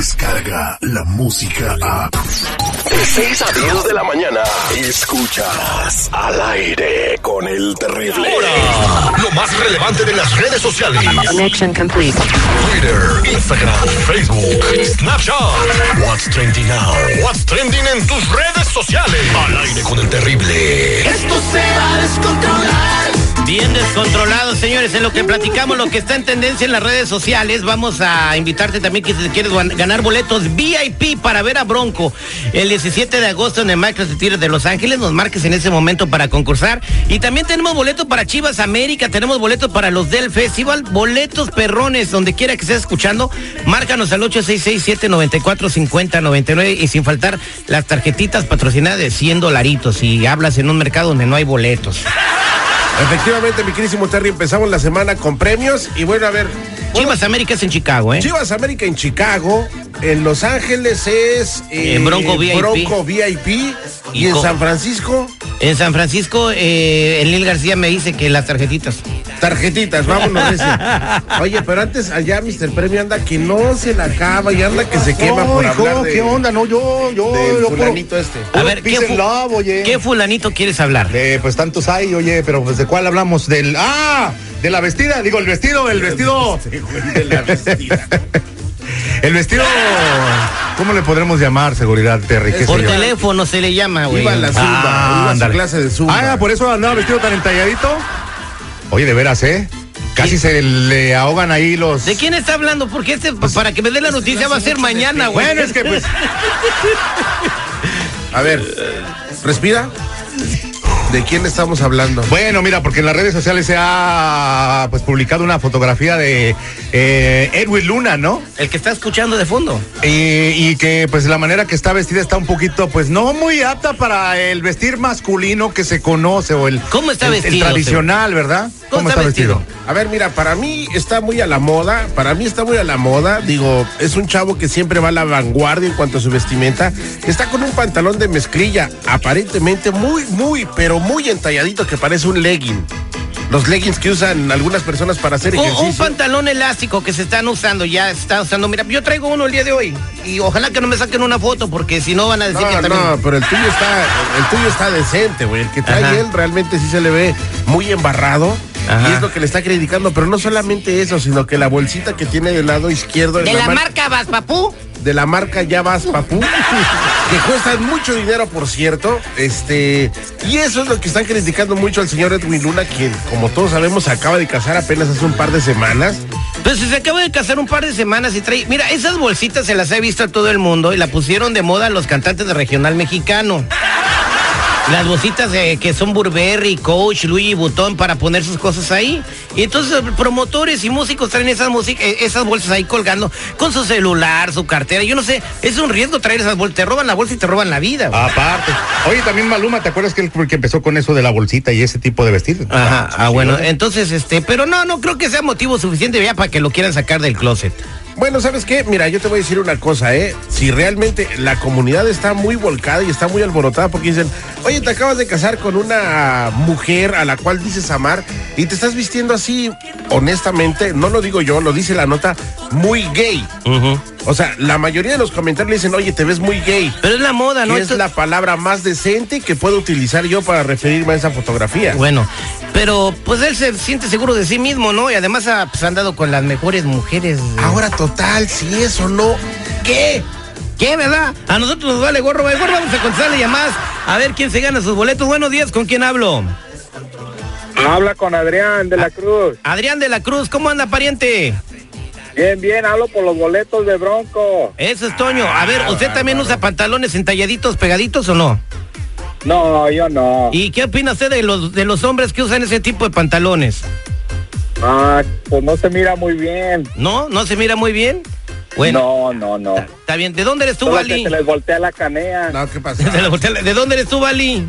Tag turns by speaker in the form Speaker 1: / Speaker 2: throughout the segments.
Speaker 1: Escucha la música a.
Speaker 2: De 6 a 10 de la mañana. Escuchas al aire con el terrible.
Speaker 3: Ahora, lo más relevante de las redes sociales:
Speaker 4: Connection complete.
Speaker 3: Twitter, Instagram, Facebook, Snapchat. What's trending now? What's trending en tus redes sociales? Al aire con el terrible.
Speaker 5: Bien descontrolados, señores, en lo que platicamos, lo que está en tendencia en las redes sociales, vamos a invitarte también que si quieres guan- ganar boletos VIP para ver a Bronco el 17 de agosto en el Microsoft Theater de Los Ángeles, nos marques en ese momento para concursar. Y también tenemos boletos para Chivas América, tenemos boletos para los del Festival, boletos perrones, donde quiera que estés escuchando, márcanos al 8667-945099 y sin faltar las tarjetitas patrocinadas de 100 dolaritos y hablas en un mercado donde no hay boletos.
Speaker 6: Efectivamente, mi querísimo Terry, empezamos la semana con premios. Y bueno, a ver,
Speaker 5: Chivas América es en Chicago, ¿eh?
Speaker 6: Chivas América en Chicago, en Los Ángeles es eh,
Speaker 5: En Bronco VIP.
Speaker 6: Bronco VIP, y,
Speaker 5: Y
Speaker 6: en
Speaker 5: co-
Speaker 6: San Francisco,
Speaker 5: En San Francisco, eh, Enlil García me dice que las tarjetitas.
Speaker 6: tarjetitas, vámonos. ese. Oye, pero antes allá Mr. Premio anda que no se la acaba y anda que se quema por
Speaker 7: No, hijo,
Speaker 6: hablar de,
Speaker 7: ¿qué onda? No, yo, yo,
Speaker 6: del
Speaker 7: yo
Speaker 6: fulanito este.
Speaker 5: A
Speaker 7: Puro
Speaker 5: ver, ¿qué,
Speaker 7: peace and love, oye.
Speaker 5: ¿qué fulanito quieres hablar?
Speaker 7: Eh, pues tantos hay, oye, pero pues de cuál hablamos? Del, ah, de la vestida, digo, el vestido, el vestido,
Speaker 6: Este güey de la vestida.
Speaker 7: el vestido, ¿cómo le podremos llamar, seguridad, Terry? ¿Qué sé
Speaker 5: Por
Speaker 7: yo?
Speaker 5: teléfono se le llama, güey.
Speaker 6: Iba a la zumba,
Speaker 7: Ah,
Speaker 6: iba a su
Speaker 7: ándale.
Speaker 6: clase de zumba.
Speaker 7: Ah, por eso andaba vestido tan entalladito. Oye, de veras, ¿eh? Casi
Speaker 5: Sí.
Speaker 7: se le ahogan ahí los...
Speaker 5: ¿De quién está hablando? Porque este,
Speaker 6: Pues,
Speaker 5: para que me dé la noticia, va a ser mañana, güey.
Speaker 7: Bueno, es que pues...
Speaker 6: A ver, respira. ¿De quién estamos hablando?
Speaker 7: Bueno, mira, porque en las redes sociales se ha pues publicado una fotografía de eh, Edwin Luna, ¿no?
Speaker 5: El que está escuchando de fondo.
Speaker 7: Y, y que pues la manera que está vestida está un poquito, pues no muy apta para el vestir masculino que se conoce o el,
Speaker 5: ¿Cómo está
Speaker 7: el- el
Speaker 5: vestido,
Speaker 7: tradicional, ¿verdad?
Speaker 5: está vestido?
Speaker 6: A ver, mira, para mí está muy a la moda, para mí está muy a la moda, digo, es un chavo que siempre va a la vanguardia en cuanto a su vestimenta, está con un pantalón de mezclilla, aparentemente muy, muy, pero muy entalladito que parece un legging. Los leggings que usan algunas personas para hacer
Speaker 5: Un, un
Speaker 6: ejercicio.
Speaker 5: pantalón elástico que se están usando, ya se está usando. Mira, yo traigo uno el día de hoy. Y ojalá que no me saquen una foto, porque si no van a decir que
Speaker 6: No,
Speaker 5: también.
Speaker 6: no, pero el tuyo está, el tuyo está decente, güey. El que trae
Speaker 5: Ajá.
Speaker 6: él realmente sí se le ve muy embarrado.
Speaker 5: Ajá.
Speaker 6: Y es lo que le está criticando, pero no solamente eso, sino que la bolsita que tiene del lado izquierdo en
Speaker 5: De la
Speaker 6: pues, mar-
Speaker 5: marca Vaspapú.
Speaker 6: de la marca Ya Vas Papú, que cuestan mucho dinero, por cierto. Este, y eso es lo que están criticando mucho al señor Edwin Luna, quien, como todos sabemos, se acaba de casar apenas hace un par de semanas.
Speaker 5: Pues se acaba de casar un par de semanas y trae. Mira, esas bolsitas se las he visto a todo el mundo y la pusieron de moda los cantantes de regional mexicano. Las bolsitas eh, que son Burberry, Coach, Louis Vuitton para poner sus cosas ahí. Y entonces eh, promotores y músicos traen esas, músic- eh, esas bolsas ahí colgando con su celular, su cartera. Yo no sé, es un riesgo traer esas bolsas. Te roban la bolsa y te roban la vida.
Speaker 7: Ah,
Speaker 5: güey.
Speaker 7: Aparte. Oye, también Maluma, ¿te acuerdas que él fue el que empezó con eso de la bolsita y ese tipo de vestir?
Speaker 5: Ajá, ah, bueno, entonces este, pero no, no creo que sea motivo suficiente ya para que lo quieran sacar del closet.
Speaker 6: Bueno, ¿sabes qué? Mira, yo te voy a decir una cosa, ¿eh? Si realmente la comunidad está muy volcada y está muy alborotada porque dicen, oye, te acabas de casar con una mujer a la cual dices amar y te estás vistiendo así, honestamente, no lo digo yo, lo dice la nota, muy gay. O sea, la mayoría de los comentarios le dicen, oye, te ves muy gay.
Speaker 5: Pero es la moda, ¿no?
Speaker 6: que es
Speaker 5: Esto-
Speaker 6: la palabra más decente que puedo utilizar yo para referirme a esa fotografía.
Speaker 5: Bueno, pero pues él se siente seguro de sí mismo, ¿no? Y además ha, pues, ha andado con las mejores mujeres. eh. güey.
Speaker 6: Ahora total, si eso no, ¿qué?
Speaker 5: ¿Qué, verdad? A nosotros nos vale gorro, vale gorro. Vamos a contestarle llamadas a ver quién se gana sus boletos. Buenos días, ¿con quién hablo?
Speaker 8: Habla con Adrián de la Cruz.
Speaker 5: Adrián de la Cruz, ¿cómo anda, pariente?
Speaker 8: Bien, bien, hablo por los boletos de Bronco.
Speaker 5: Eso es Toño. A ver, ¿usted también usa pantalones entalladitos, pegaditos o no?
Speaker 8: No, yo no.
Speaker 5: ¿Y qué opina usted de los, de los hombres que usan ese tipo de pantalones?
Speaker 8: Ah, pues no se mira muy bien.
Speaker 5: ¿No? ¿No se mira muy bien? Bueno,
Speaker 8: No, no, no.
Speaker 5: está bien. ¿De dónde eres tú,
Speaker 8: Solo que
Speaker 5: Bali?
Speaker 8: se les voltea la canea.
Speaker 6: No, ¿qué pasa?
Speaker 5: Se la voltea la- ¿De dónde eres tú, Bali?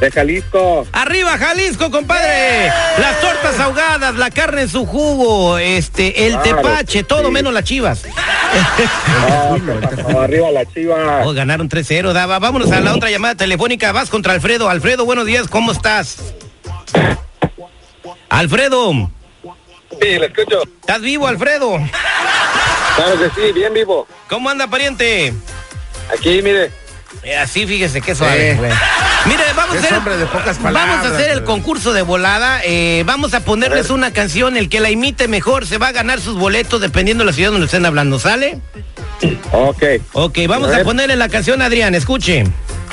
Speaker 8: De Jalisco.
Speaker 5: Arriba Jalisco, compadre. Las tortas ahogadas, la carne en su jugo, este, el
Speaker 8: Claro
Speaker 5: tepache,
Speaker 8: que
Speaker 5: todo
Speaker 8: sí.
Speaker 5: menos las chivas.
Speaker 8: No, ¿qué pasó? Arriba la chiva.
Speaker 5: Oh, ganaron 3-0, daba. Vámonos a la otra llamada telefónica. Vas contra Alfredo. Alfredo, buenos días, ¿cómo estás? Alfredo,
Speaker 8: Sí, le escucho.
Speaker 5: ¿estás vivo, Alfredo?
Speaker 8: Claro que sí, bien vivo.
Speaker 5: ¿Cómo anda, pariente?
Speaker 8: Aquí, mire.
Speaker 5: Eh, así, fíjese, qué suave,
Speaker 7: Sí.
Speaker 5: güey. Mire, vamos a
Speaker 7: Es
Speaker 5: hacer,
Speaker 7: hombre de pocas
Speaker 5: vamos
Speaker 7: palabras,
Speaker 5: a hacer el
Speaker 7: güey.
Speaker 5: concurso de volada. eh, vamos a ponerles
Speaker 8: ver.
Speaker 5: una canción. El que la imite mejor se va a ganar sus boletos dependiendo de la ciudad donde estén hablando. ¿Sale?
Speaker 8: Ok.
Speaker 5: Ok, vamos
Speaker 8: A
Speaker 5: a,
Speaker 8: ver.
Speaker 5: ponerle la canción, Adrián. Escuche.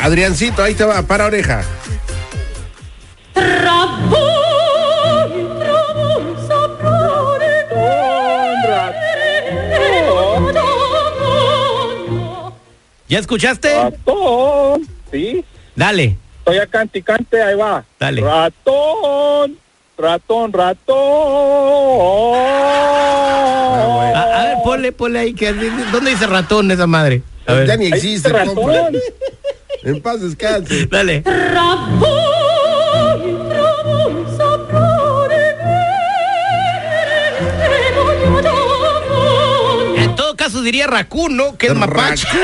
Speaker 6: Adriancito, ahí te va, para oreja.
Speaker 4: Trabun, trabun, saprone
Speaker 8: Ratón,
Speaker 4: Trabun,
Speaker 5: ¿Ya escuchaste?
Speaker 8: Ah. ratón. Sí.
Speaker 5: Dale.
Speaker 8: Estoy acá canticante, ahí va.
Speaker 5: Dale.
Speaker 8: Ratón, ratón, ratón.
Speaker 5: Ah, A, a ver, ponle, ponle ahí. Que, ¿Dónde dice ratón esa madre? A ver.
Speaker 6: Ya ni
Speaker 8: Ahí
Speaker 6: existe,
Speaker 8: está
Speaker 6: compa.
Speaker 8: ratón.
Speaker 6: En paz descanse.
Speaker 5: Dale.
Speaker 4: trabun, saprone
Speaker 5: En todo caso diría racún, ¿no? Que es mapache.
Speaker 8: No,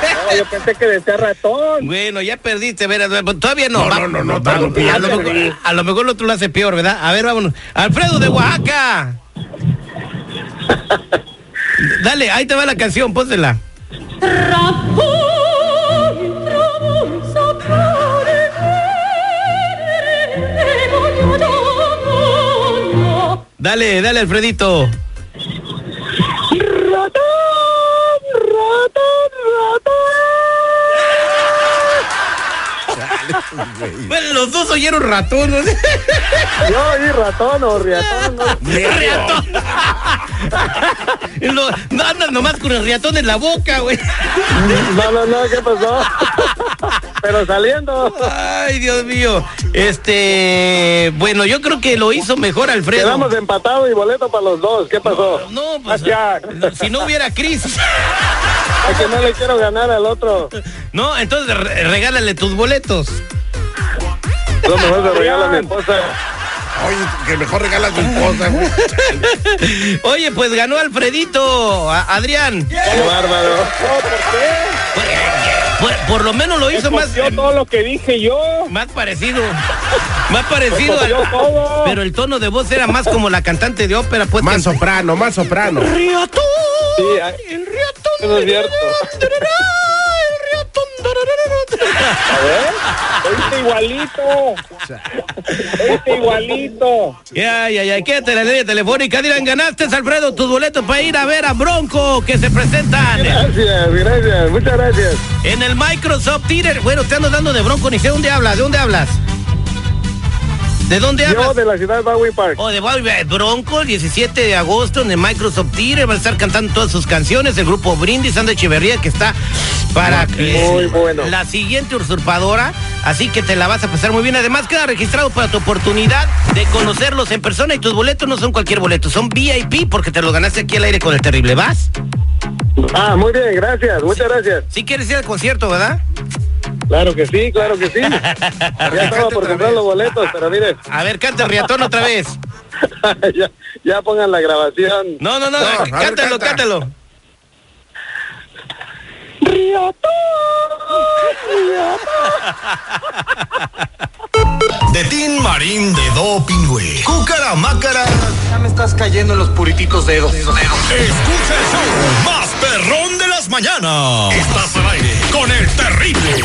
Speaker 8: Ah, yo pensé que decía ratón.
Speaker 5: Bueno, ya perdiste, verás. bueno, Todavía no. va-
Speaker 6: No, no, no, no,
Speaker 5: a, lo
Speaker 6: no, no, no,
Speaker 5: mejor, a lo mejor el otro lo hace peor, ¿verdad? A ver, vámonos. Alfredo de Oaxaca. Dale, ahí te va la canción, pónsela.
Speaker 4: Trabun, trabun, saprone
Speaker 5: Dale, dale, Alfredito.
Speaker 8: Ratón, ratón, ratón.
Speaker 5: Bueno, los dos oyeron ratón. ¿no?
Speaker 8: Yo oí ratón o ratón. No.
Speaker 5: Riatón. Lo- no andan nomás con el riatón en la boca, güey.
Speaker 8: No, no, no, ¿qué pasó? Pero saliendo.
Speaker 5: Ay, Dios mío. Este, bueno, yo creo que lo hizo mejor Alfredo.
Speaker 8: Quedamos empatados y boleto para los dos. ¿Qué pasó?
Speaker 5: No, pues
Speaker 8: Ah, ya.
Speaker 5: no, si no hubiera crisis.
Speaker 8: A que no le quiero ganar al otro.
Speaker 5: No, entonces re- regálale tus boletos.
Speaker 8: Lo mejor se regala mi esposa.
Speaker 6: Oye, que mejor regalas tu esposa, güey.
Speaker 5: Oye, pues ganó Alfredito, a- Adrián.
Speaker 8: ¡Qué bárbaro!
Speaker 5: Por,
Speaker 8: ¿Por
Speaker 5: por- por lo menos lo hizo más,
Speaker 8: Yo todo lo que dije yo.
Speaker 5: más parecido. Más parecido
Speaker 8: Escogió
Speaker 5: al-
Speaker 8: todo.
Speaker 5: Pero el tono de voz era más como la cantante de ópera, pues.
Speaker 6: Más
Speaker 5: que-
Speaker 6: soprano, más soprano.
Speaker 5: Riatón,
Speaker 8: Sí, ah,
Speaker 5: el riatón,
Speaker 8: eso es cierto.
Speaker 5: tarará, el riatón, tarará.
Speaker 8: A ver. Oíste igualito. Oíste igualito.
Speaker 5: Ya, ya, ya, quédate en la línea telefónica. Dirán, ganaste, Alfredo, tus boletos para ir a ver a Bronco, que se presentan
Speaker 8: Gracias, gracias. Muchas gracias.
Speaker 5: en el Microsoft Theater. Bueno, usted andas dando de Bronco, ni sé dónde hablas, ¿de dónde hablas? ¿De dónde
Speaker 8: Yo
Speaker 5: hablas?
Speaker 8: de la ciudad de Bowie Park.
Speaker 5: O Oh, de Bobby Bronco, el 17 de agosto en el Microsoft Theater. Va a estar cantando todas sus canciones. El grupo Brindis, Sandra Echeverría, que está para
Speaker 8: Muy bueno.
Speaker 5: la siguiente usurpadora. Así que te la vas a pasar muy bien. Además, queda registrado para tu oportunidad de conocerlos en persona. Y tus boletos no son cualquier boleto, son VIP porque te lo ganaste aquí al aire con el terrible. ¿Vas?
Speaker 8: Ah, muy bien, gracias. Muchas gracias.
Speaker 5: Si quieres ir al concierto, ¿verdad?
Speaker 8: Claro que sí, claro que sí. Ya estaba por comprar los boletos, pero mire,
Speaker 5: A ver, canta Riatón otra vez.
Speaker 8: ya, ya pongan la grabación.
Speaker 5: No, no, no,
Speaker 6: a ver,
Speaker 5: cántalo,
Speaker 6: canta.
Speaker 5: cántalo.
Speaker 3: De Tin Marín de Do Pingüe. Cúcara Mácara.
Speaker 9: Ya me estás cayendo en los purititos dedos.
Speaker 3: Escucha el show más perrón de las mañanas. Estás al aire con el terrible.